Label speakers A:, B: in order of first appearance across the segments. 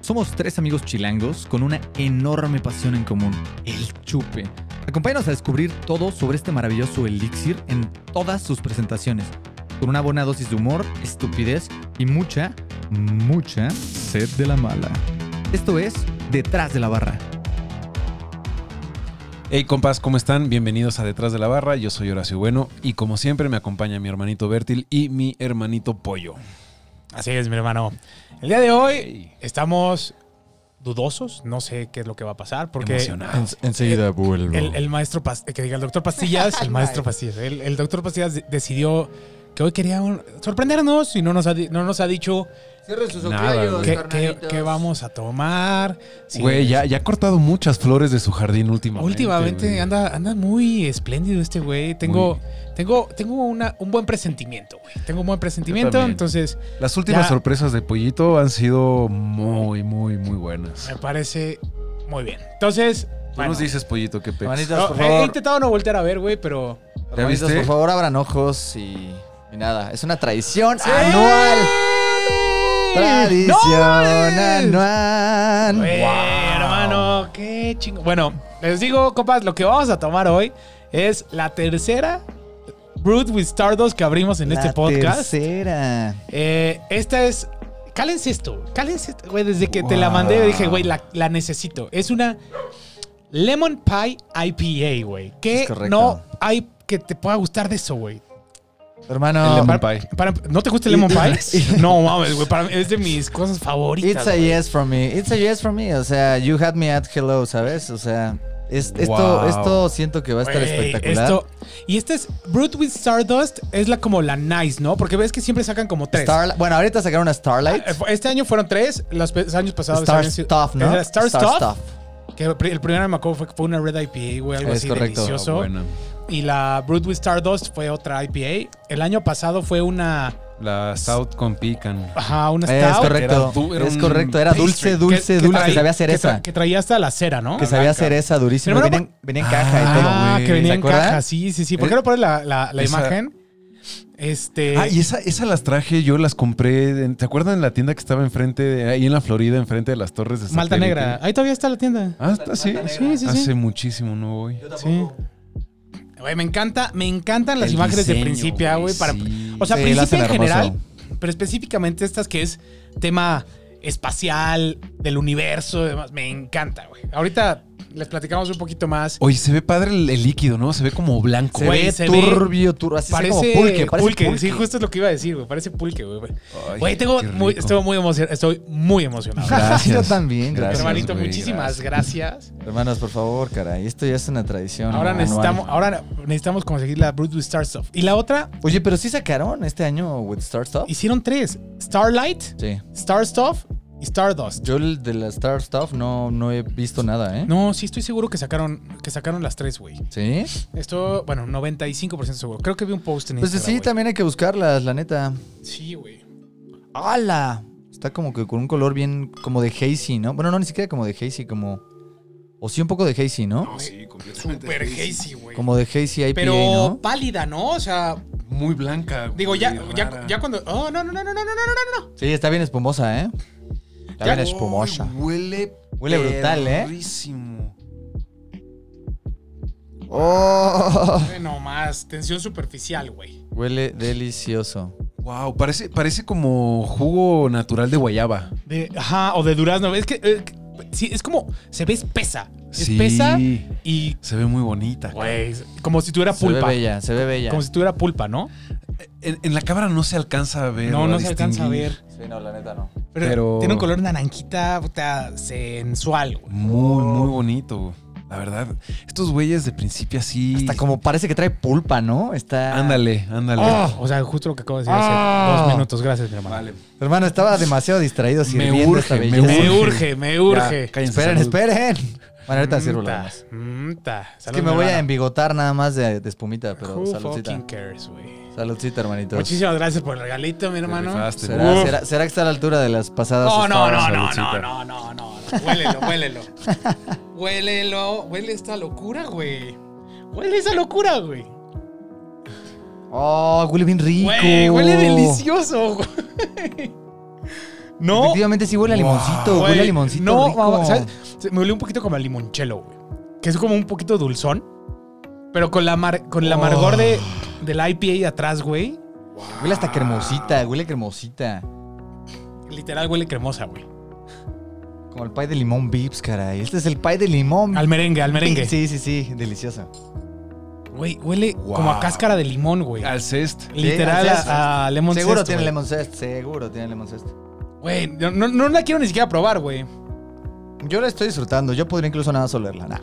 A: Somos tres amigos chilangos con una enorme pasión en común, el chupe. Acompáñanos a descubrir todo sobre este maravilloso elixir en todas sus presentaciones, con una buena dosis de humor, estupidez y mucha, mucha sed de la mala. Esto es Detrás de la Barra.
B: Hey compas, ¿cómo están? Bienvenidos a Detrás de la Barra, yo soy Horacio Bueno y como siempre me acompaña mi hermanito Bertil y mi hermanito Pollo.
C: Así es, mi hermano. El día de hoy estamos dudosos, no sé qué es lo que va a pasar, porque
B: Emocionado.
D: enseguida vuelvo.
C: el, el maestro, Pas- que diga el doctor Pastillas, el maestro Pastillas, el, el doctor Pastillas de- decidió que hoy quería un- sorprendernos y no nos ha, di- no nos ha dicho
E: Cierren sus
B: Nada,
E: oclayos,
B: güey.
C: qué, qué-
E: carnalitos.
C: qué vamos a tomar. Sí,
B: Güey, ya, ya ha cortado muchas flores de su jardín últimamente. güey.
C: Últimamente anda, anda muy espléndido este güey. Tengo, tengo, tengo una, un buen presentimiento, güey. Tengo un buen presentimiento,
B: también.
C: entonces
B: Las últimas
C: Ya.
B: sorpresas de Pollito han sido muy, muy, muy buenas.
C: me parece muy bien. Entonces,
B: ¿Qué
C: bueno,
B: nos dices, Pollito? ¿Qué pex?
E: Manitas,
C: no,
E: por
C: he- he
E: favor.
C: intentado no voltear a ver, güey, pero...
B: ¿Ya
E: Manitas,
B: viste?
E: por favor, abran ojos y, y nada. Es una tradición anual. Tradición anual.
C: Güey, hermano, qué chingo. Bueno, les digo, compas, lo que vamos a tomar hoy es la tercera Brood with Stardust que abrimos en este
E: La
C: podcast.
E: tercera.
C: Eh, esta es. Cálense esto, cálense esto. Güey, desde que te la
B: Wow.
C: mandé dije, güey, la, la necesito. Es una Lemon Pie IPA, güey. Que
E: Es correcto.
C: no hay que te pueda gustar de eso, güey.
E: Hermano,
C: El de-
B: Lemon pie.
C: para- ¿No te gusta el Lemon Pie? no, mames, güey. para mí Es de mis cosas favoritas.
E: it's a
C: güey.
E: yes from me. It's a yes from me. O sea, you had me at hello, ¿sabes? O sea, es- esto,
B: Wow.
E: esto siento que va a estar
C: Güey,
E: espectacular.
C: esto- y este es Brut with Stardust, es la como la nice, ¿no? Porque ves que siempre sacan como tres.
E: Starla- bueno, ahorita sacaron una Starlight.
C: Eh, Este año fueron tres, los pe- años pasados
E: Star
C: habían sido-
E: Stuff, ¿no?
C: Era Star, Stuff,
E: Stuff.
C: que el pri- el primero me acuerdo fue, fue una Red IPA, güey, algo
E: Es
C: así
E: correcto.
C: delicioso.
B: Ah, buena.
C: Y la Brut with Stardust fue otra IPA. El año pasado fue una
B: La Stout con Pican.
C: ajá, una
E: Eh, Es
C: stout
E: correcto.
B: Era du- era
E: es
B: un
E: correcto. Era
B: pastry.
E: dulce,
C: que-
E: dulce, dulce.
C: traí-
E: que sabía hacer
C: que
E: esa.
C: tra- Que traía hasta la cera, ¿no?
E: que sabía hacer esa durísimo.
C: Pero
E: Venía,
C: bueno,
E: venía en caja y todo.
C: Ah,
E: güey.
C: que venía
E: ¿Se
C: en
E: acuerdan?
C: caja, sí, sí, sí. ¿Por qué no pones la, la- la
B: Esa-
C: imagen? Este.
B: Ah, y esa, esa las traje, yo las compré. en- ¿Te acuerdan la tienda que estaba enfrente, de, ahí en la Florida, enfrente de las torres de
C: Malta
B: satélite?
C: Negra. Ahí todavía está la tienda.
B: Ah, está sí.
C: Sí, sí,
B: Hace
C: sí.
B: muchísimo no voy.
C: Sí. Güey, me encanta, me encantan las
B: El
C: imágenes de
B: diseño,
C: Principia, güey.
B: güey,
C: para-
B: sí.
C: O sea,
E: Sí, la
C: Principia
E: hacen
C: en general,
E: hermoso.
C: pero específicamente estas que es tema espacial, del universo, y demás. Me encanta, güey. Ahorita les platicamos un poquito más.
B: Oye, se ve padre el, el líquido, ¿no? Se ve como blanco.
C: Se
E: Se
C: Güey,
E: ve
C: se
E: turbio, turbio. Así
C: Parece,
E: como pulque. Parece pulque.
C: Sí, justo es lo que iba a decir, güey. Parece pulque, güey.
B: Ay,
C: Güey, tengo
B: qué
C: muy,
B: rico.
C: estoy muy emocionado. Estoy muy emocionado.
B: Gracias.
E: yo también. yo
B: Gracias,
E: también.
C: Hermanito,
B: güey,
C: muchísimas gracias.
E: Hermanos, por favor, caray. Esto ya es una tradición.
C: Ahora
E: anual.
C: necesitamos, ahora necesitamos conseguir la Brute with Star Stuff. Y la otra,
E: Oye, pero sí sacaron este año with Star Stuff.
C: hicieron tres: Starlight,
E: Sí.
C: Star Stuff y Stardust.
E: Yo el de la Star Stuff no, no he visto nada, ¿eh?
C: No, sí estoy seguro que sacaron, que sacaron las tres, güey.
E: ¿Sí?
C: Esto, bueno, 95% seguro. Creo que vi un post en
E: Pues
C: Instagram,
E: sí,
C: güey.
E: también hay que buscarlas, la neta.
C: Sí, güey.
E: ¡Hala! Está como que con un color bien como de hazy, ¿no? Bueno, no, ni siquiera como de hazy, como... O sí, un poco de hazy, ¿no?
C: Super hazy, güey.
E: Como de hazy IPA,
C: Pero
E: ¿no?
C: pálida, ¿no? O sea,
B: Muy blanca.
C: digo, ya, ya, ya cuando. Oh, no, no, no, no, no, no, no, no, no.
E: Sí, está bien espumosa, ¿eh? Está
C: Ya-
E: bien espumosa.
B: Huele.
E: Huele brutal, ¿eh?
B: Perrísimo.
E: ¡Oh!
C: Eh, No más, tensión superficial, güey.
E: Huele delicioso.
B: Wow, parece, parece como jugo natural de guayaba.
C: De, ajá, o de durazno. Es que. eh, sí, es como. Se ve espesa. Espesa
B: Sí,
C: y.
B: Se ve muy bonita.
C: Güey, Pues, como si tuviera
E: Se ve
C: pulpa.
E: bella, se ve bella.
C: Como si tuviera pulpa, ¿no?
B: En, en la cámara no se alcanza a ver.
C: no,
B: o
C: no se alcanza a
B: distinguir.
C: ver.
E: Sí, no, la neta no.
C: Pero,
B: Pero-
C: tiene un color naranjita, puta, sensual, güey.
B: Muy, muy bonito. La verdad, estos güeyes de principio así.
E: Hasta como parece que trae pulpa, ¿no? Está...
B: Ándale, ándale.
C: Ah, O sea, justo lo que acabo de decir hace
E: Ah.
C: dos minutos. Gracias, mi hermano.
B: Vale.
E: Hermano, estaba demasiado distraído sirviendo
B: urge,
E: esta
B: me
E: belleza.
C: Me
B: urge.
C: urge, me urge.
B: Ya, cállense,
E: Esperen,
B: salud.
E: esperen. Bueno, ahorita sirvo la
C: Mm-ta,
E: más.
C: mm-ta.
E: Es
C: Salud,
E: que me voy a
C: hermano.
E: embigotar nada más de, de espumita, pero
C: Who
E: saludcita.
C: fucking cares, güey.
E: Saludcita, hermanito.
C: Muchísimas gracias por el regalito, mi hermano.
B: rifaste.
E: ¿Será,
B: Uf.
E: será, será que está a la altura de las pasadas?
C: No, no,
E: Stars?
C: no, no,
B: saludcita.
C: no, no, no, no. Huélelo, huélelo. huélelo, huele esta locura, güey. Huele esa locura, güey.
E: Oh, huele bien rico.
C: Güey, huele delicioso, güey. No.
E: Efectivamente sí huele a limoncito,
C: Güey,
E: huele a limoncito
C: No,
E: rico.
C: mamá, ¿sabes? Se- Me huele un poquito como a limonchelo, güey. Que es como un poquito dulzón. Pero con la mar- con el amargor de,
E: Oh.
C: del IPA atrás, güey.
E: Huele hasta cremosita, huele a cremosita.
C: Literal huele cremosa, güey.
E: Como el pie de limón Vips, caray. Este es el pie de limón.
C: Al merengue, al merengue.
E: Sí, sí, sí, delicioso.
C: Güey, huele
B: Wow.
C: como a cáscara de limón, güey.
B: Al cest.
C: Literal
E: Sí, al
C: a-
E: zest.
C: a, lemon
E: seguro
C: zest,
E: tiene
C: güey.
E: lemon zest, seguro tiene lemon zest.
C: Güey, no, no- no la quiero ni siquiera probar, güey.
E: Yo la estoy disfrutando, yo podría incluso nada más olerla. nah.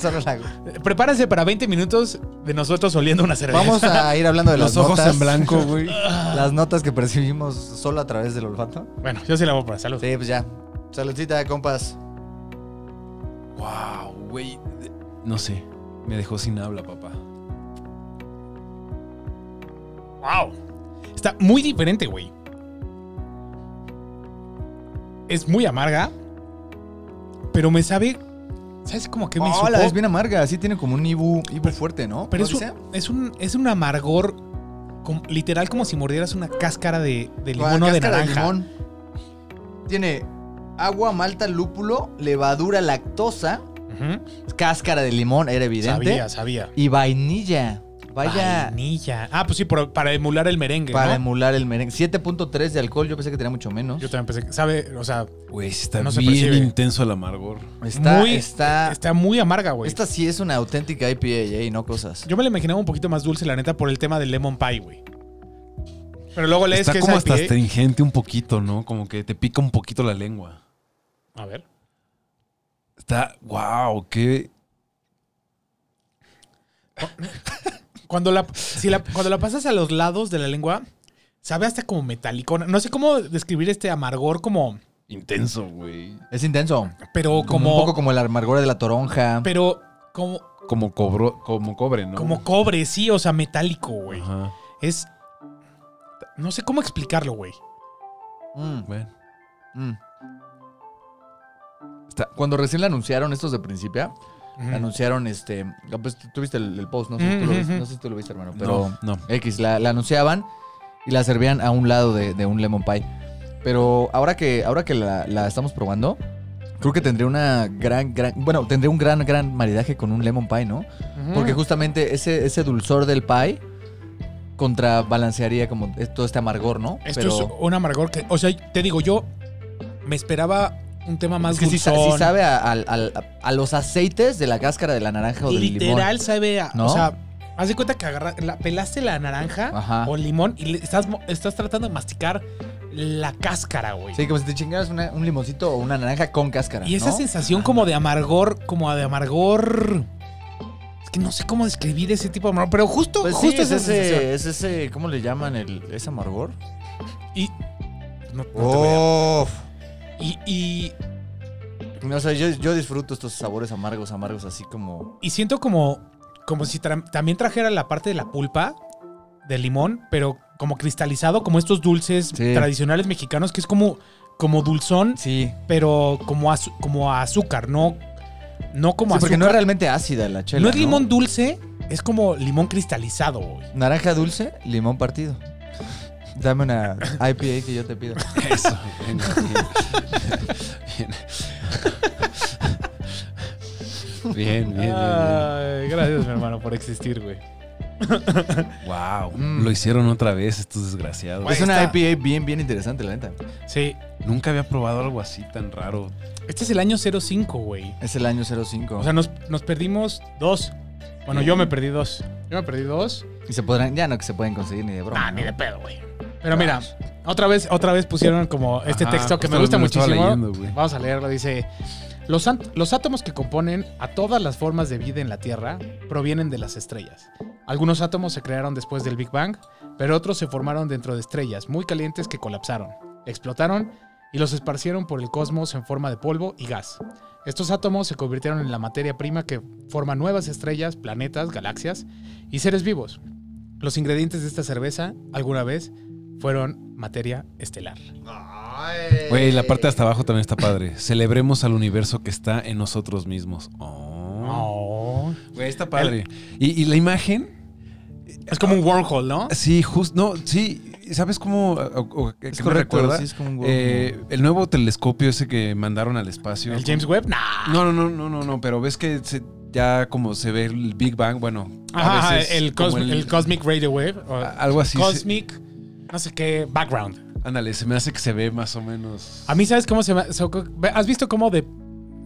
E: Solo la hago.
C: Prepárense para 20 minutos de nosotros oliendo una cerveza.
E: Vamos a ir hablando de las
B: Los ojos
E: notas.
B: en blanco, güey.
E: Las notas que percibimos solo a través del olfato.
C: Bueno, yo sí la voy a probar. Salud.
E: Sí, pues ya. Saludcita, compas.
B: wow, güey. No sé. Me dejó sin habla, papá.
C: Wow. Está muy diferente, güey. Es muy amarga. Pero me sabe. ¿Sabes como que me
E: Hola,
C: supo?
E: es bien amarga, sí tiene como un ibu, ibu fuerte, ¿no?
C: Pero
E: ¿No
C: es un,
E: dice?
C: es un, es un amargor. como- literal, como si mordieras una cáscara de, de
E: Con la
C: limón o de
E: cáscara
C: naranja.
E: limón. Tiene agua, malta, lúpulo, levadura, lactosa,
C: Ujú.
E: cáscara de limón, era evidente.
C: Sabía, sabía.
E: Y vainilla. Vaya
C: Vainilla. Ah, pues sí, por- para emular el merengue.
E: para
C: ¿no?
E: emular el merengue. 7.3 de alcohol, yo pensé que tenía mucho menos.
C: Yo también pensé que. ¿Sabe? O sea,
B: Güey, sí está
C: No se
B: bien
C: percibe.
B: intenso el amargor.
E: Está,
C: Muy-
E: está,
C: está muy amarga, güey.
E: Esta sí es una auténtica IPA, ¿eh? y no cosas.
C: Yo me la imaginaba un poquito más dulce, la neta, por el tema del lemon pie, güey. Pero luego lees
B: Está
C: que
B: como
C: es
B: hasta
C: IPA.
B: astringente un poquito, ¿no? Como que te pica un poquito la lengua.
C: A ver.
B: Está, wow, qué...
C: Cuando la, si la- cuando la pasas a los lados de la lengua, sabe hasta como metalicona. No sé cómo describir este amargor como.
B: Intenso, güey.
E: Es intenso.
C: Pero
E: Como,
C: como.
E: un poco como el amargor de la toronja.
C: pero como,
B: Como, cobro, como cobre, ¿no?
C: como cobre, sí, o sea, metálico, güey.
B: Ajá.
C: Es. No sé cómo explicarlo, güey.
E: Mm,
B: Bueno.
E: mm. Está- Cuando recién la anunciaron estos de principio,
C: Ujú.
E: anunciaron este. ah, Pues tú- tú viste el, el post, no sé, si tú lo
C: Ujú,
E: viste,
C: ujú.
E: no sé si tú lo viste, hermano, pero.
B: No, no.
E: X, la, la anunciaban y la servían a un lado de, de un lemon pie. Pero ahora que, ahora que la, la estamos probando, creo que tendría una gran, gran. Bueno, tendría un gran, gran maridaje con un lemon pie, ¿no?
C: Ujú.
E: Porque justamente ese, ese dulzor del pie contrabalancearía como es- todo este amargor, ¿no?
C: Esto
E: Pero
C: es un amargor que. O sea, te digo, yo me esperaba un tema más
E: es que sí, sa-
C: dulzón.
E: sí sabe a, al- al- a- a los aceites de la cáscara de la naranja o del
C: Literal
E: limón.
C: sabe a.
E: ¿No?
C: O sea, haz de cuenta que agarra, la, pelaste la naranja
E: Ajá.
C: o limón y le- estás, mo- estás tratando de masticar la cáscara, güey.
E: Sí, como si te chingaras una- un limoncito o una naranja con cáscara.
C: y esa
E: ¿no?
C: sensación como de amargor, como de amargor. Es que no sé cómo describir ese tipo de amargor, pero justo,
E: Pues sí,
C: justo
E: es
C: esa sensación.
E: ese, es ese, ¿cómo le llaman? El, ¿Es amargor?
C: Y. no- no te
E: Oh.
C: voy a-
E: Uf.
C: y, y,
E: No, o sea, yo, yo disfruto estos sabores amargos, amargos, así como.
C: y siento como, como si tra- también trajera la parte de la pulpa del limón, pero como cristalizado, como estos dulces
E: Sí.
C: tradicionales mexicanos, que es como, como dulzón,
E: Sí.
C: pero como, azu- como a azúcar, no, no como
E: porque
C: azúcar.
E: no es realmente ácida la chela.
C: No es limón dulce, es como limón cristalizado, güey.
E: Naranja dulce, limón partido. Dame una IPA que yo te pido.
B: Eso. bien, bien. Bien. Bien, bien, bien.
C: Ay, gracias, mi hermano, por existir, güey.
B: Wow.
E: Mm.
B: Lo hicieron otra vez estos desgraciados.
C: Güey,
E: es una
C: está.
E: IPA bien, bien interesante, la neta.
C: Sí,
B: Nunca había probado algo así tan raro.
C: este es el año 05, güey.
E: Es el año 05.
C: O sea, nos, nos perdimos dos. Bueno, yo me perdí dos. Yo me perdí dos.
E: y se podrán, ya no que se pueden conseguir ni de broma.
C: Ah,
E: ¿no?
C: ni de pedo, güey. Pero mira, otra vez, otra vez pusieron como este
B: Ajá,
C: texto que me
B: justo
C: gusta
B: lo estaba
C: muchísimo.
B: leyendo, güey.
C: Vamos a leerlo, dice. Los, ant- los átomos que componen a todas las formas de vida en la Tierra provienen de las estrellas. Algunos átomos se crearon después del Big Bang, pero otros se formaron dentro de estrellas muy calientes que colapsaron, explotaron y los esparcieron por el cosmos en forma de polvo y gas. Estos átomos se convirtieron en la materia prima que forma nuevas estrellas, planetas, galaxias y seres vivos. Los ingredientes de esta cerveza alguna vez fueron materia estelar.
B: Güey, la parte de hasta abajo también está padre. Celebremos al universo que está en nosotros mismos. Oh. Güey, está padre. Y, y la imagen,
C: Es como un wormhole, ¿no?
B: sí, justo, no, sí, ¿Sabes cómo? o- o- ¿qué
E: Es
B: me
E: correcto,
B: recuerda?
E: sí, es como un huevo.
B: Eh, el nuevo telescopio ese que mandaron al espacio.
C: ¿El James Webb? Nah.
B: No, no, no, no, no, no, pero ves que se- ya como se ve el Big Bang, bueno, a
C: Ajá,
B: veces
C: el,
B: como Ah,
C: cosmi- el, Cosmic Radio Wave. o
B: a- algo así. se-
C: Cosmic, no sé qué, background.
B: ándale, se me hace que se ve más o menos.
C: A mí, ¿sabes cómo se me... so- ¿Has visto cómo de...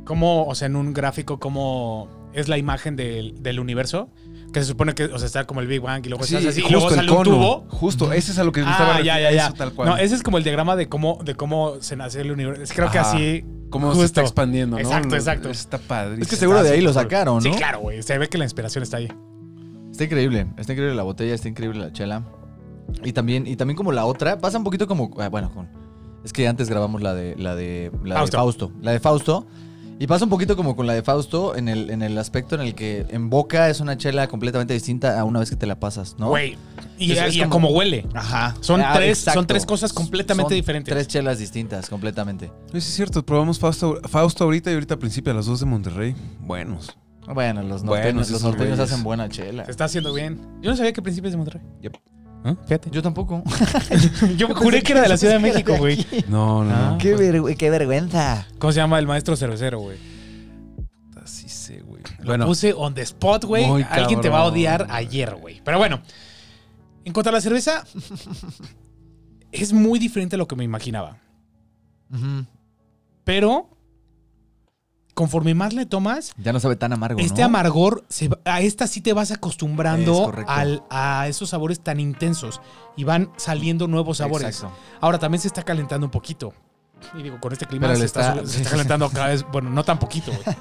C: Cómo, o sea, en un gráfico, cómo es la imagen del, del universo? Que se supone que, o sea, está como el Big Bang y luego
B: Sí,
C: estás pues, así, y
B: justo
C: luego
B: el
C: sale un
B: cono,
C: tubo.
B: Justo, ese es a lo que me
C: Ah,
B: estaba
C: ya, ya, ya.
B: eso tal cual.
C: No, ese es como el diagrama de cómo, de cómo se nace el universo. Es- Creo que
B: Ajá.
C: así...
B: Cómo se está
C: justo.
B: expandiendo, ¿no?
C: Exacto, exacto.
B: Está padre.
E: Es que seguro de ahí lo sacaron, ¿no?
C: Sí, claro, güey. Se ve que la inspiración está ahí.
E: Está increíble, está increíble la botella, está increíble la chela. Y también, y también como la otra, pasa un poquito como, ah, bueno, con, es que antes grabamos la de la de la
C: Fausto.
E: de Fausto, la de Fausto. Y pasa un poquito como con la de Fausto en el, en el aspecto en el que en boca es una chela completamente distinta a una vez que te la pasas, ¿no?
C: Güey. Y,
E: Es-
C: a-
E: es
C: y a
E: como-
C: cómo huele.
E: Ajá. Ah,
C: Son tres- son
E: exacto.
C: tres cosas completamente
E: Son
C: diferentes.
E: Tres chelas distintas, completamente.
B: No, sí es cierto, probamos Fausto, Fausto ahorita y ahorita a principio a las 2 de Monterrey. Buenos.
E: Bueno, los norteños,
B: Bueno, sí,
E: los
B: son
E: norteños
B: güeyes.
E: hacen buena chela.
C: Se está haciendo bien. Yo no sabía que Príncipes de Monterrey.
B: Yep.
C: ¿Ah? Fíjate.
E: Yo tampoco.
C: Yo juré que era de la Ciudad de México, güey.
B: No, no,
C: Ah.
B: no.
E: qué, vergü- qué vergüenza.
C: ¿Cómo se llama el maestro cervecero, güey? Ah.
B: Así sé, güey.
C: Lo
B: Bueno,
C: puse on the spot, güey.
B: Muy
C: Alguien te va a
B: cabrón,
C: odiar
B: güey.
C: ayer, güey. Pero bueno, en cuanto a la cerveza, es muy diferente a lo que me imaginaba.
E: Ujú.
C: Pero conforme más le tomas,
E: Ya no sabe tan amargo,
C: este
E: ¿no?
C: amargor, se va- a esta sí te vas
E: Es
C: acostumbrando
E: correcto.
C: al- a esos sabores tan intensos y van saliendo nuevos sabores.
E: Exacto.
C: Ahora también se está calentando un poquito. Y digo, con este clima
E: Pero
C: se
E: le
C: está,
E: está-
C: se está calentando cada vez. Bueno, no tan poquito, güey.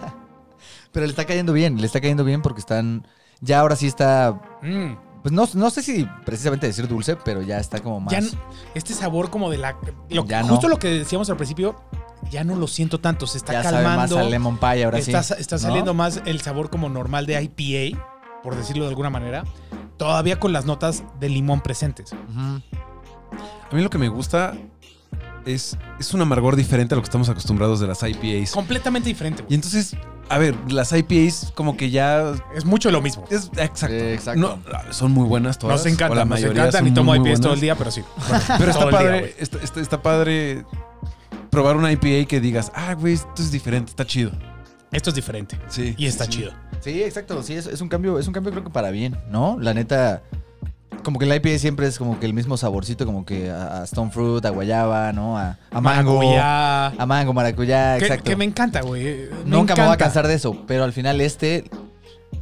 E: Pero le está cayendo bien, le está cayendo bien porque están. Ya ahora sí está.
C: Mm.
E: Pues no, no sé si precisamente decir dulce, pero ya está como más.
C: Ya n- este sabor como de la... lo-
E: Ya no.
C: justo lo que decíamos al principio, ya no lo siento tanto. Se está
E: ya sabe más
C: calmando.
E: al lemon pie ahora
C: está,
E: sí.
C: está
E: ¿no?
C: saliendo más el sabor como normal de IPA, por decirlo de alguna manera. Todavía con las notas de limón presentes.
E: Ujú.
B: a mí lo que me gusta es, es un amargor diferente a lo que estamos acostumbrados de las IPAs.
C: Completamente diferente, güey.
B: Y entonces, a ver, las IPAs como que ya...
C: Es mucho lo mismo.
B: Es, exacto.
E: Eh, exacto.
B: No, ah, son muy buenas todas.
C: Nos
B: o la
C: encantan, nos
B: mayoría
C: encantan
B: son
C: y tomo
B: muy
C: IPAs todo
B: buenas.
C: el día, pero sí. Bueno,
B: Pero
C: todo
B: está
C: el día,
B: padre,
C: güey.
B: está, está- está padre probar una IPA que digas, ah, güey, esto es diferente, está chido.
C: Esto es diferente.
B: Sí.
C: Y está
B: sí.
C: chido.
E: Sí, exacto. Sí, es, es un cambio, es un cambio creo que para bien, ¿no? La neta. Como que el IPA siempre es como que el mismo saborcito, como que a, a Stone Fruit, a Guayaba, ¿no? A, a mango.
C: Maracuyá.
E: A mango, maracuyá,
C: que,
E: exacto.
C: que me encanta, güey.
E: Nunca me voy a
C: encanta.
E: cansar de eso, pero al final este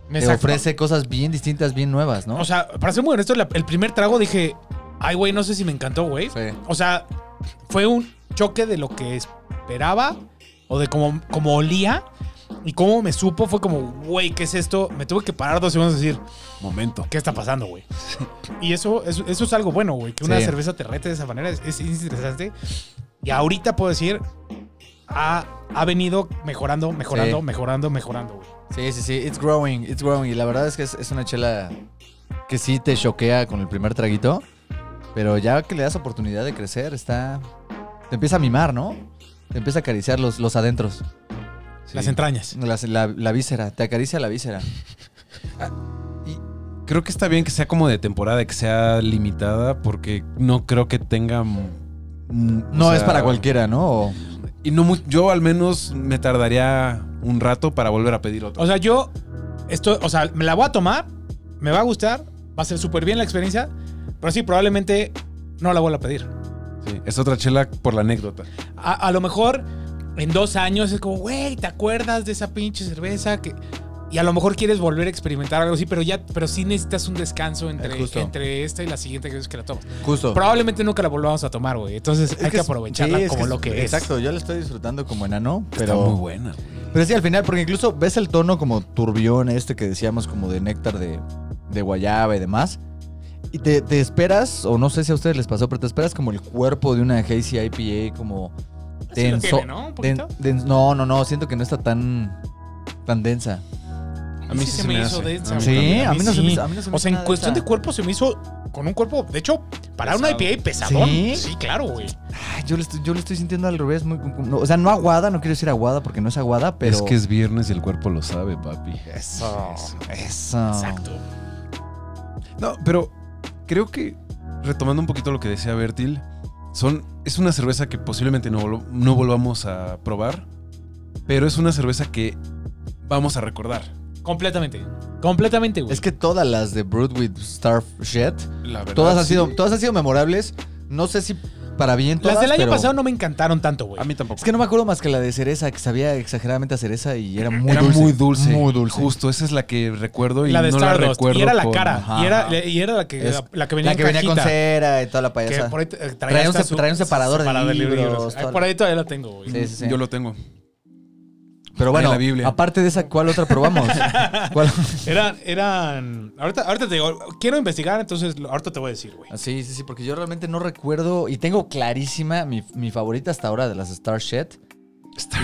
C: Me
E: te
C: saca-
E: ofrece cosas bien distintas, bien nuevas, ¿no?
C: O sea, para ser muy honesto, la- el primer trago dije, ay, güey, no sé si me encantó, güey.
E: Sí.
C: O sea, fue un choque de lo que esperaba o de cómo, cómo olía y cómo me supo. Fue como, güey, ¿qué es esto? Me tuve que parar dos segundos y decir,
B: Momento.
C: ¿qué está pasando, güey? Y eso, eso, eso es algo bueno, güey, que una
E: Sí.
C: cerveza te rete de esa manera es, es interesante. Y ahorita puedo decir, ha, ha venido mejorando, mejorando,
E: Sí.
C: mejorando, mejorando, güey.
E: Sí, sí, sí, it's growing, it's growing. Y la verdad es que es, es una chela que sí te choquea con el primer traguito, pero ya que le das oportunidad de crecer, está... Te empieza a mimar, ¿no? Te empieza a acariciar los, los adentros,
B: Sí.
C: Las entrañas.
E: las- la, la víscera, te acaricia la víscera.
B: Creo que está bien que sea como de temporada, que sea limitada, porque no creo que tenga... No
E: No es para cualquiera, ¿no? O-
B: Y no mu- yo al menos me tardaría un rato para volver a pedir otro.
C: O sea, yo esto, o sea, me la voy a tomar, me va a gustar, va a ser súper bien la experiencia, pero sí, probablemente no la voy a pedir.
B: Sí, es otra chela por la anécdota.
C: A, a lo mejor en dos años es como, güey, ¿te acuerdas de esa pinche cerveza que... Y a lo mejor quieres volver a experimentar algo así, pero ya, pero sí necesitas un descanso entre,
E: Eh, justo.
C: entre esta y la siguiente vez que la tomas.
E: Justo.
C: Probablemente nunca la volvamos a tomar, güey. Entonces hay que,
E: es-
C: aprovecharla
E: sí, es
C: como
E: es-
C: lo que es.
E: Exacto, yo la estoy disfrutando como enano, pero...
B: Está muy buena.
E: Pero sí, al final, porque incluso ves el tono como turbión este que decíamos, como de néctar de, de guayaba y demás. Y te, te esperas, o no sé si a ustedes les pasó, pero te esperas como el cuerpo de una Hazy IPA como
C: Sí lo
E: denso.
C: tiene, ¿no? Un
E: den-
C: poquito.
E: den- no, no, no, siento que no está tan, tan densa.
B: A mí sí, se me,
C: hizo
B: hace.
C: densa,
B: A mí
C: güey.
E: Sí,
B: también.
E: a mí no se me
C: sí.
E: hizo- a mí no se me
C: O sea,
E: hizo
C: en
E: nada
C: cuestión de
E: densa.
C: cuerpo se me hizo con un cuerpo, de hecho, para una
B: Pesado.
C: IPA pesadón.
E: ¿Sí?
C: sí claro, güey.
E: Ay, yo, le estoy, yo le estoy sintiendo al revés. Muy, no, o sea, no aguada, no quiero decir aguada porque no es aguada, pero.
B: Es que es viernes y el cuerpo lo sabe, papi.
E: Eso. Eso.
C: Exacto.
B: No, pero creo que retomando un poquito lo que decía Bertil, son, es una cerveza que posiblemente no, vol- no volvamos a probar, pero es una cerveza que vamos a recordar.
C: Completamente. Completamente, güey.
E: Es que todas las de Brood with Starf Shed,
B: La verdad,
E: todas han
B: sí.
E: sido, todas han sido memorables. No sé si para bien todas.
C: las del año
E: pero-
C: pasado no me encantaron tanto, güey.
B: A mí tampoco.
E: Es que no me acuerdo más que la de cereza, que sabía exageradamente a cereza y era muy
B: era
E: dulce.
B: muy dulce.
E: Muy dulce.
B: Justo, esa es la que recuerdo y
C: la de
B: no la
C: Stardust.
B: recuerdo.
C: y era la
B: con-
C: cara.
E: Ajá.
C: Y era, y era la, que,
E: Es-
C: la que venía
E: la que
C: en
E: venía con
C: cajita.
E: cera y toda la
C: Que
E: payasa.
C: por ahí, eh, traía
E: Traía un
C: hasta
E: se-
C: su-
E: traía un separador de
C: separador
E: libros,
C: Ay,
E: todo.
C: por ahí todavía la tengo, güey.
E: Sí, sí, sí.
B: Yo lo tengo.
E: Pero
B: Ahí
E: bueno,
B: la Biblia.
E: aparte de esa, ¿cuál otra probamos? ¿Cuál?
C: Eran, eran. Ahorita, ahorita te digo, quiero investigar, entonces lo- ahorita te voy a decir, güey.
E: Ah, Sí, sí, sí, porque yo realmente no recuerdo y tengo clarísima mi, mi favorita hasta ahora de las Star Shed.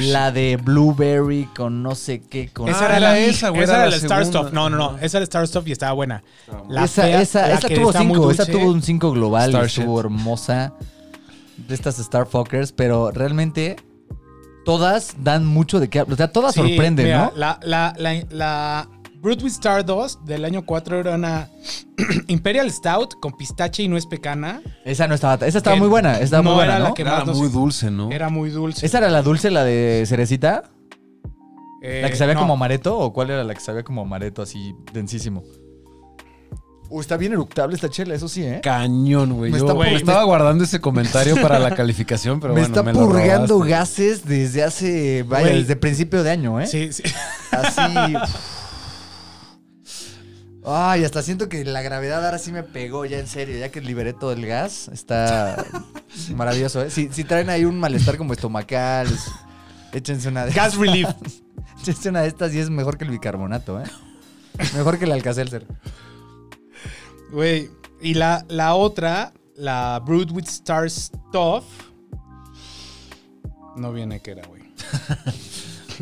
E: La de Blueberry con no sé qué, con...
B: Esa era la- esa, güey,
C: Esa
B: era
C: era
B: la
C: la Star
B: segunda.
C: Stuff. No, no, no. Esa era Star Stuff y estaba buena. La
E: esa
C: fea,
E: esa-
C: la
E: esa
C: que
E: tuvo
C: está muy
E: 5, esa
C: dulce.
E: tuvo un 5 global, y
B: Star
E: estuvo
B: Shed.
E: hermosa. De estas Starfuckers, pero realmente todas dan mucho de qué hablar. O sea, todas
C: Sí,
E: sorprenden,
C: mira,
E: ¿no?
C: La, la, la, la Brut with Stardust del año 4 era una Imperial Stout con pistache y nuez pecana.
E: Esa no estaba, esa estaba
C: Que
E: muy buena, esa estaba
C: no
E: muy buena,
C: era la
E: ¿no?
C: que
B: Era
C: más no
B: muy
C: sé.
B: dulce, ¿no?
C: Era muy dulce.
E: ¿Esa era la dulce, la de cerecita?
C: Eh,
E: ¿La que sabía
C: no.
E: como amareto? ¿O cuál era la que sabía como amareto, así densísimo? Uh, está bien eructable esta chela, eso sí, ¿eh?
B: Cañón, güey.
E: Me
B: Yo
E: está-
B: me
C: me
B: estaba guardando ese comentario para la calificación, pero
E: me
B: bueno,
E: está
B: me lo
E: purgando
B: robaste.
E: gases desde hace. Vaya,
C: Güey.
E: desde principio de año, ¿eh?
C: Sí, sí.
E: Así. Ay, hasta siento que la gravedad ahora sí me pegó, ya en serio, ya que liberé todo el gas. Está maravilloso, ¿eh? Si, si traen ahí un malestar como estomacal, es- échense una de
C: Gas Relief.
E: Échense una de estas y es mejor que el bicarbonato, ¿eh? Mejor que el Alcacelser.
C: Güey. Y la, la otra, la Brut with Star Stuff. No viene que era, güey.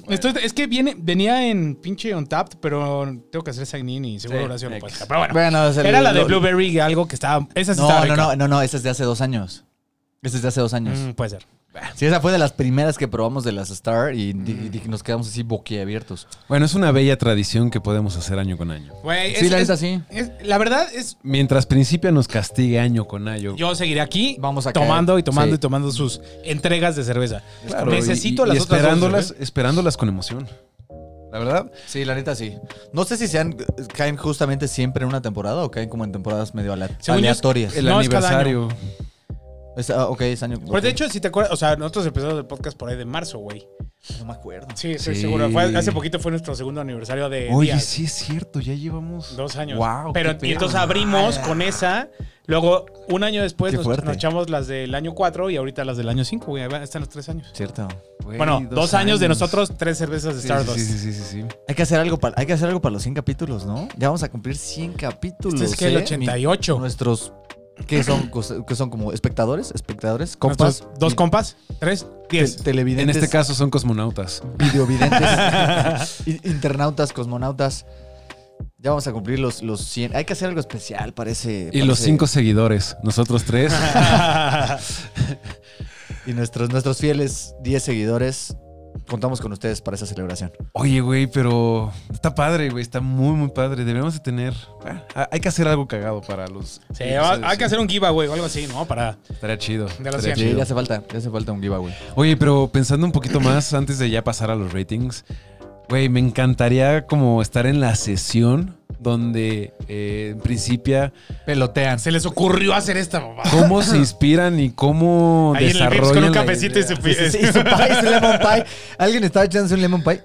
C: Estoy- es que viene, venía en pinche Untapped, pero tengo que hacer sign-in y seguro
B: Sí,
C: Horacio lo
B: ex.
C: puede. Pero bueno,
E: Bueno, es el-
C: era la de
E: lo-
C: Blueberry, algo que estaba. Esa sí estaba
E: No, no,
C: rica.
E: no, no, no, esa es de hace dos años. Esa es de hace dos años.
C: Mm, puede ser.
E: Sí, esa fue de las primeras que probamos de las Star y,
C: Mm.
E: di- di- nos quedamos así boquiabiertos.
B: Bueno, es una bella tradición que podemos hacer año con año.
C: Güey,
E: Sí,
C: es-
E: la
C: es-
E: neta sí.
C: es- la verdad es.
B: Mientras Principia nos castigue año con año.
C: Yo seguiré aquí
E: Vamos a caer.
C: tomando y tomando
E: Sí.
C: y tomando sus entregas de cerveza.
B: Claro,
C: Necesito
B: y- y
C: las otras dos, ¿eh?
B: esperándolas,
C: güey.
B: esperándolas con emoción. La verdad,
E: Sí, la neta sí. No sé si sean caen justamente siempre en una temporada o caen como en temporadas medio ale-
C: Según yo es-
E: aleatorias.
B: el
C: No, es cada
B: aniversario.
E: Es- ah, ok, es año.
C: Pues de
E: ok.
C: hecho, si te acuerdas, o sea, nosotros empezamos el podcast por ahí de marzo, güey.
E: no me acuerdo.
C: Sí, estoy
B: Sí.
C: seguro. Fue- hace poquito fue nuestro segundo aniversario de
B: Oye,
C: días,
B: sí es cierto, ya llevamos
C: dos años.
B: Wow,
C: Pero
B: qué
C: y entonces
B: pedo.
C: abrimos
E: Ah.
C: con esa. Luego, un año después,
E: Qué
C: nos,
E: fuerte.
C: nos echamos las del año 4 y ahorita las del año 5, güey. Ahí van- Están los tres años.
E: Cierto.
B: Güey,
C: bueno, dos, años, de nosotros, tres cervezas de
B: Sí,
C: Stardust.
B: Sí, sí, sí, sí, sí.
E: Hay que hacer algo para hay que hacer algo para los 100 capítulos, ¿no? Ya vamos a cumplir 100 capítulos.
C: Este es que el
E: ¿eh?
C: 88.
E: Mi- nuestros que son cos- que son como espectadores, espectadores, compas,
C: Nuestros Dos compas, tres,
E: te-
C: diez.
E: televidentes,
B: En este caso son cosmonautas.
E: videovidentes, i- internautas, cosmonautas. Ya vamos a cumplir los, los 100. Hay que hacer algo especial, parece.
B: Y los
E: parece-
B: cinco seguidores, nosotros tres.
E: Y nuestros, nuestros fieles 10 seguidores, contamos con ustedes para esa celebración.
B: Oye, güey, pero está padre, güey, está muy, muy padre. Deberíamos de tener... ah, hay que hacer algo cagado para los...
C: Sí,
B: episodios,
C: hay
B: sí.
C: que hacer un giveaway o algo así, ¿no? Para.
B: Estaría chido.
C: De los
B: estaría
C: cien.
E: Sí,
B: chido.
E: ya hace falta, ya hace falta un giveaway.
B: Oye, pero pensando un poquito más, antes de ya pasar a los ratings, güey, me encantaría como estar en la sesión donde eh, en principio
E: Pelotean.
C: Se les ocurrió hacer esta, papá.
B: cómo se inspiran y cómo
C: Ahí en el Vips
B: desarrollan
C: con
B: la
C: un cafecito y
B: idea.
C: su
E: Sí, sí, sí, y su pie, su lemon pie. Alguien estaba echándose un lemon pie.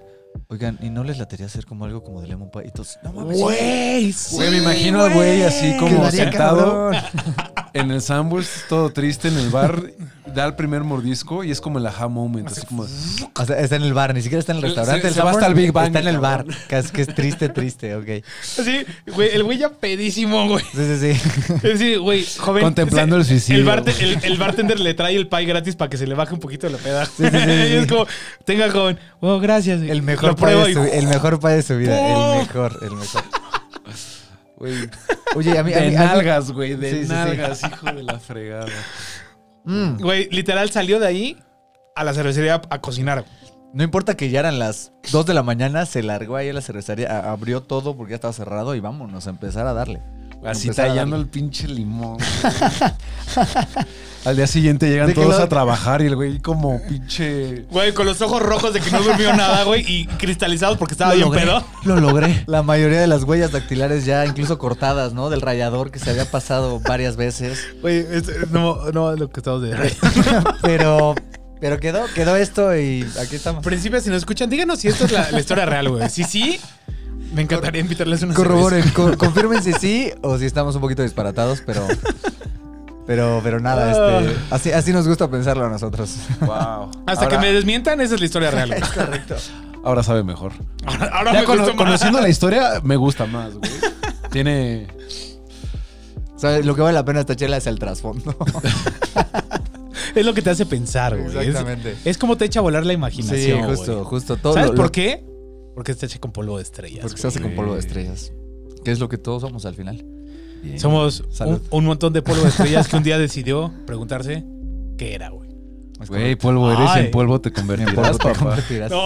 E: Oigan, ¿y no les latería hacer como algo como de lemon pie? Y todos, no mames.
C: Güey,
B: Güey, me imagino al güey así como
E: Quedaría
B: sentado en el sandwich, todo triste en el bar, da el primer mordisco y es como el aha moment, así como...
E: O sea, está en el bar, ni siquiera está en el
B: Se-
E: restaurante.
B: se
E: el
B: va
E: sabor
B: hasta el Big Bang,
E: Está en el bar.
B: cabrón.
E: Que es, que es triste, triste, ok.
C: Sí, güey, el güey ya pedísimo, güey.
E: Sí, sí, sí.
C: Es decir, güey, joven.
B: Contemplando el suicidio,
C: El, barte-
B: güey.
C: el- el bartender le trae el pie gratis para que se le baje un poquito la peda. Y es como, tenga joven. Wow, gracias. güey.
E: El mejor,
C: Lo
E: pie
C: pruebo
E: de
C: y-
E: su, el mejor pie de su vida.
C: ¡Pum!
E: El mejor, el mejor. Oye, a mí. a
B: De
E: mí- a mí-
B: nalgas, güey, de
E: Sí, sí, sí.
B: nalgas, hijo de la fregada.
E: Mm.
C: Güey, literal salió de ahí a la cervecería a, a cocinar.
E: No importa que ya eran las 2 de la mañana, se largó ahí a la cervecería, a- abrió todo porque ya estaba cerrado y vámonos a empezar a darle.
B: Así
E: Empezar a
B: tallando
E: darle.
B: el pinche limón. Al día siguiente llegan
E: ¿De qué
B: todos
E: lado?
B: a trabajar y el güey como pinche...
D: Güey, con los ojos rojos de que no durmió nada, güey, y cristalizados porque estaba bien pedo.
B: Lo logré.
E: La mayoría de las huellas dactilares ya incluso cortadas, ¿no? Del rayador que se había pasado varias veces.
C: Güey, es-
B: este,
C: es- no, no es lo que estamos de.
E: Pero, pero quedó, quedó esto y aquí estamos.
C: principio, si nos escuchan, díganos si esto es la, la historia real, güey. Si sí, me encantaría invitarles una
E: Corroboren, co- confirmen si sí o si estamos un poquito disparatados, pero. Pero, pero nada, este,
D: Ah.
E: así, así nos gusta pensarlo a nosotros.
B: Wow.
C: Hasta que me desmientan, esa es la historia real. güey.
B: Ahora sabe mejor.
D: Ahora, ahora
B: Ya
D: me
B: cono-
D: gustó más.
B: conociendo la historia, me gusta más, güey. Tiene...
E: O sea, lo que vale la pena esta chela es el trasfondo.
C: Es lo que te hace pensar, güey. Es- Es, como te echa a volar la
E: Sí,
C: imaginación. güey.
E: justo, justo. Todo
C: ¿Sabes
E: lo-
C: por
E: lo-
C: qué? Porque está hecha con polvo de estrellas.
E: Porque se
C: güey.
E: hace con polvo de estrellas. Que es lo que todos somos al final.
C: Somos
E: Salud.
C: un, un montón de polvo de estrellas que un día decidió preguntarse qué era, güey.
E: Es
B: Güey, polvo eres y
C: Ay.
B: en polvo te convertirás,
E: correcto. Te
B: papá.
E: convertirás.
C: No,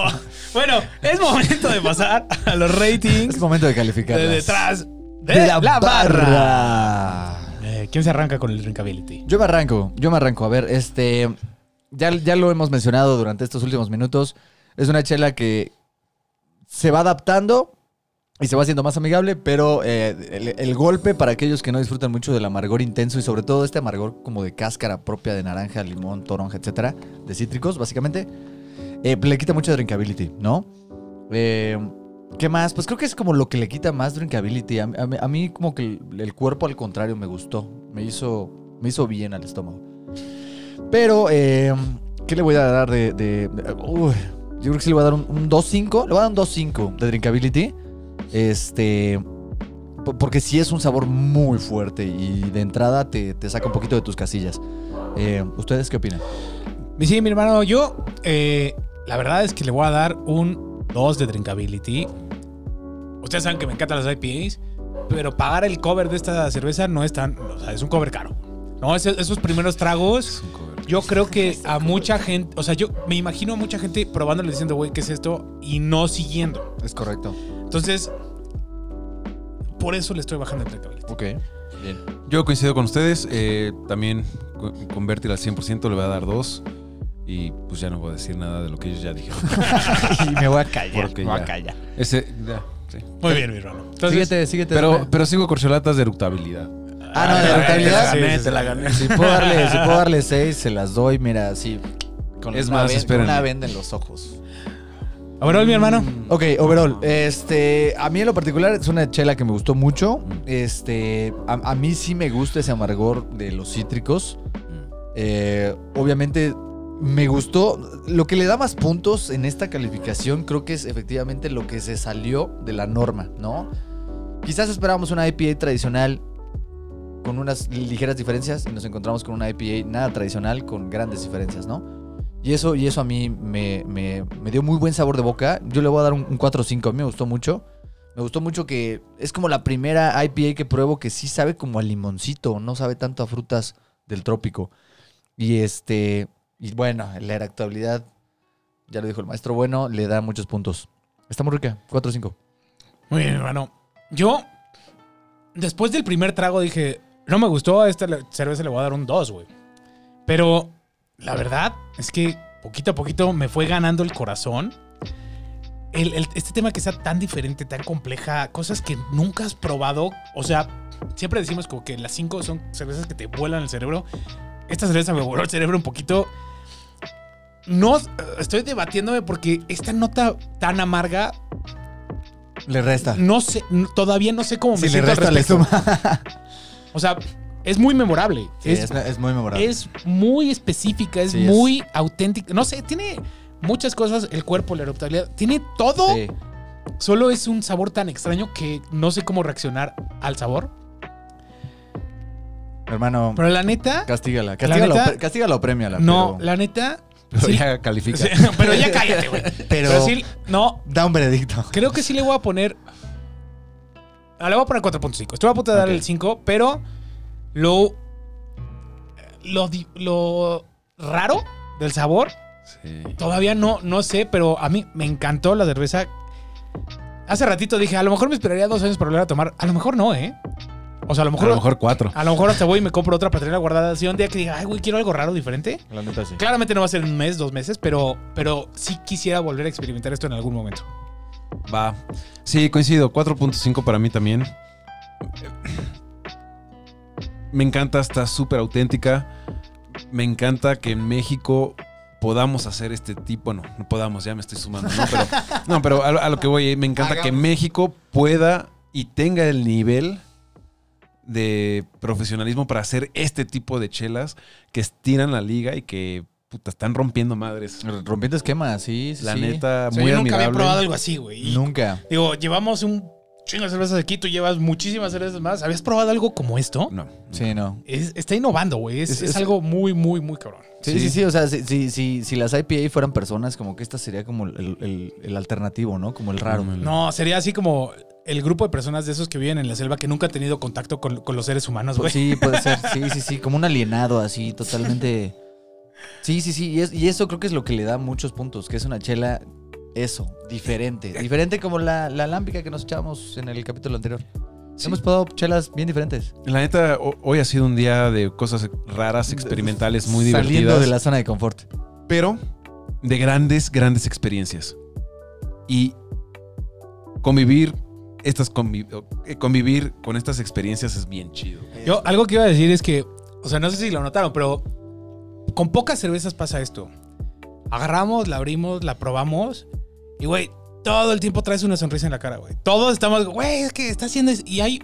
C: bueno, es momento de pasar a los
E: Es
C: ratings
E: momento de
C: de
E: calificar.
C: detrás de, la, barra. Eh, ¿Quién se arranca con el drinkability?
E: Yo me arranco, yo me arranco. A ver, este. Ya, ya lo hemos mencionado durante estos últimos minutos. Es una chela que se va adaptando y se va haciendo más amigable, pero eh, el, el golpe para aquellos que no disfrutan mucho del amargor intenso y sobre todo este amargor como de cáscara propia de naranja, limón, toronja, etcétera, de cítricos, básicamente, eh, le quita mucho drinkability, ¿no? Eh, ¿Qué más? Pues creo que es como lo que le quita más drinkability. A, a mí- a mí como que el, el cuerpo al contrario me gustó. Me hizo, me hizo bien al estómago. Pero, eh, ¿qué le voy a dar de... de- de- uy, yo creo que sí le voy a dar un, un 2.5. Le voy a dar un 2.5 de drinkability. Este... po- Porque sí es un sabor muy fuerte y de entrada te, te saca un poquito de tus casillas. Eh, ¿Ustedes qué opinan?
C: Sí, mi hermano, yo eh, la verdad es que le voy a dar un 2 de drinkability. Ustedes saben que me encantan las IPAs, pero pagar el cover de esta cerveza no es tan... O sea, es un cover caro. No, Ese- esos primeros tragos... Yo creo que a mucha gente, o sea, yo me imagino a mucha gente probándole diciendo, güey, ¿qué es esto? Y no siguiendo.
E: Es correcto.
C: Entonces, por eso le estoy bajando el drinkability.
E: Ok. Bien.
B: Yo coincido con ustedes. eh, también co- convertir al 100%, le voy a dar dos. Y pues ya no voy a decir nada de lo que ellos ya dijeron.
E: y me voy a callar.
B: Porque
E: me voy
B: ya.
E: a callar.
B: Ese, ya, sí.
C: Muy bien, mi hermano. Entonces,
E: síguete, síguete.
B: Pero, pero sigo corcholatas de eructabilidad.
E: Ah, no, de
C: Ah,
E: rentabilidad.
C: te la gané,
E: Sí,
C: te la gané.
E: sí, Si puedo darle, si puedo darle seis, se las doy, mira, así. Con
B: Es
E: una
B: más,
E: ven- con
B: espérenme. Mm.
E: una venda en los ojos.
C: ahora mi hermano.
E: Ok, overall. Este, a mí en lo particular es una chela que me gustó mucho. Este, a, a mí sí me gusta ese amargor de los cítricos. Eh, obviamente me gustó. Lo que le da más puntos en esta calificación creo que es efectivamente lo que se salió de la norma, ¿no? Quizás esperábamos una IPA tradicional con unas ligeras diferencias y nos encontramos con una IPA nada tradicional con grandes diferencias, ¿no? Y eso, y eso a mí me, me- me dio muy buen sabor de boca. Yo le voy a dar un, un 4 o 5, a mí me gustó mucho. Me gustó mucho que es como la primera IPA que pruebo que sí sabe como a limoncito, no sabe tanto a frutas del trópico. Y este, y bueno, la erectabilidad, ya lo dijo el maestro bueno, le da muchos puntos. Está muy rica, 4 o 5.
C: Muy bien, mi hermano. Yo, después del primer trago, dije, no me gustó, a esta le- cerveza le voy a dar un 2, güey. Pero la verdad es que poquito a poquito me fue ganando el corazón. El- el- este tema que sea tan diferente, tan compleja, cosas que nunca has probado. O sea, siempre decimos como que las cinco son cervezas que te vuelan el cerebro. Esta cerveza me voló el cerebro un poquito. No, eh, estoy debatiéndome porque esta nota tan amarga
E: Le resta.
C: no sé, n- todavía no sé cómo me
E: Si le
C: siento al
E: resta, le
C: respecto.
E: suma.
C: O sea, es muy memorable.
E: Sí,
C: es,
E: es, es muy memorable.
C: es muy específica, es
E: Sí, es-
C: muy auténtica. No sé, tiene muchas cosas, el cuerpo, la eruptabilidad, tiene todo.
E: Sí.
C: Solo es un sabor tan extraño que no sé cómo reaccionar al sabor.
E: Hermano,
C: Pero la neta,
E: castígala. Castígala,
C: neta-
E: o pre- castígala o premiala.
C: no,
E: pero-
C: la neta.
B: Pero
C: sí,
B: ya califica.
C: sí, pero ya cállate, güey.
E: Pero,
C: Pero sí, no,
E: da un veredicto.
C: Creo que sí le voy a poner. Ah, le voy a poner 4.5. Estoy a punto de darle
E: Ok.
C: el 5, pero lo. Lo, di- lo raro del sabor,
B: Sí.
C: todavía no, no sé, pero a mí me encantó la cerveza. Hace ratito dije, a lo mejor me esperaría dos años para volver a tomar. A lo mejor no, ¿eh? O sea, a lo
B: A
C: mejor.
B: lo mejor cuatro.
C: A lo mejor hasta voy y me compro otra para tenerla guardada así un día que diga, ay, güey, quiero algo raro, diferente.
D: La neta sí.
C: Claramente no va a ser en un mes, dos meses, pero, pero sí quisiera volver a experimentar esto en algún momento.
B: Va. Sí, coincido. 4.5 para mí también. Me encanta, está súper auténtica. Me encanta que en México podamos hacer este tipo. No, no podamos, ya me estoy sumando. No, pero, no, pero a, lo- a lo que voy, eh, me encanta que México pueda y tenga el nivel de profesionalismo para hacer este tipo de chelas que estiran la liga y que puta, están rompiendo madres.
E: Rompiendo esquemas, sí, sí.
B: La
E: sí.
B: neta,
C: O sea,
B: muy
C: yo nunca había
B: admirable.
C: probado algo así, güey. Y,
E: Nunca.
C: Digo, llevamos un chingo de cervezas aquí, tú llevas muchísimas cervezas más. ¿Habías probado algo como esto?
B: No.
E: Sí, no.
C: Es- está innovando, güey. Es,
E: Es-
C: es
E: es-
C: algo muy, muy, muy cabrón.
E: Sí,
B: Sí.
E: sí, sí, o sea, si, si, si, si las IPA fueran personas, como que esta sería como el, el- el alternativo, ¿no? Como el raro.
B: No,
C: No, sería así como el grupo de personas de esos que viven en la selva que nunca han tenido contacto con, con los seres humanos, güey.
E: Pues Sí, puede ser, sí, sí, sí, como un alienado así, totalmente... Sí, sí, sí, y, es- y eso creo que es lo que le da muchos puntos, que es una chela, eso, diferente. Diferente como la, la lámpica que nos echamos en el capítulo anterior.
B: Sí.
E: Hemos probado chelas bien diferentes.
B: La neta, ho- hoy ha sido un día de cosas raras, experimentales, muy
E: Saliendo
B: divertidas.
E: de la zona de confort.
B: Pero de grandes, grandes experiencias. Y convivir, estas convi- o, eh, convivir con estas experiencias es bien chido.
E: Eh,
C: Yo algo que iba a decir es que, o sea, no sé si lo notaron, pero con pocas cervezas pasa esto. Agarramos, la abrimos, la probamos y, güey, todo el tiempo traes una sonrisa en la cara, güey. Todos estamos, güey, es que está haciendo eso. Y hay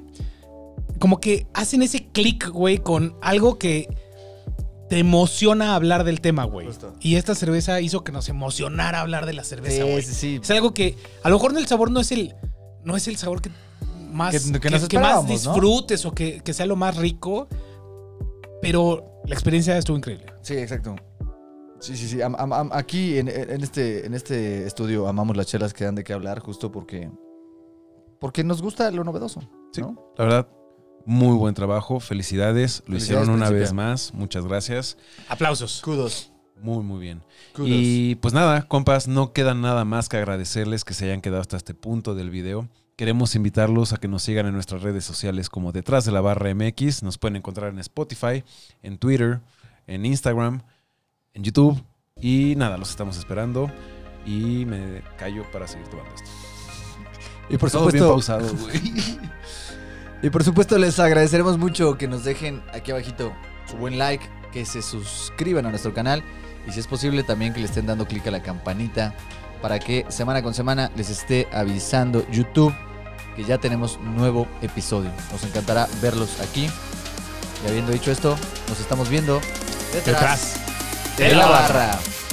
C: como que hacen ese clic, güey, con algo que te emociona hablar del tema, güey.
E: Justo.
C: Y esta cerveza hizo que nos emocionara hablar de la cerveza, güey.
E: sí.
C: Es algo que a lo mejor el sabor no es el no es el sabor que más
E: Que- que
C: que,
E: nos
C: que más
E: esperábamos, ¿no?
C: disfrutes o que, que sea lo más rico, pero la experiencia estuvo increíble.
E: Sí, exacto. Sí, sí, sí. Am- am- am- aquí en, en este, en este estudio amamos las chelas que dan de qué hablar justo porque, porque nos gusta lo novedoso.
B: Sí.
E: ¿no?
B: La verdad, muy buen trabajo. Felicidades. Lo
E: Felicidades,
B: hicieron una
E: Principia.
B: vez más. Muchas gracias.
C: Aplausos.
E: Kudos.
B: Muy, muy bien. Y pues nada, compas, no queda nada más que agradecerles que se hayan quedado hasta este punto del video. Queremos invitarlos a que nos sigan en nuestras redes sociales como Detrás de la Barra MX. Nos pueden encontrar en Spotify, en Twitter, en Instagram, en YouTube. Y nada, los estamos esperando. Y me callo para seguir tomando esto.
E: Y por
B: Todo bien
E: supuesto,
B: pausado, güey.
E: y por supuesto les agradeceremos mucho que nos dejen aquí abajito su buen like, que se suscriban a nuestro canal y si es posible también que le estén dando clic a la campanita para que semana con semana les esté avisando YouTube que ya tenemos nuevo episodio. Nos encantará verlos aquí. Y habiendo dicho esto, nos estamos viendo detrás,
C: Detrás.
E: de la barra.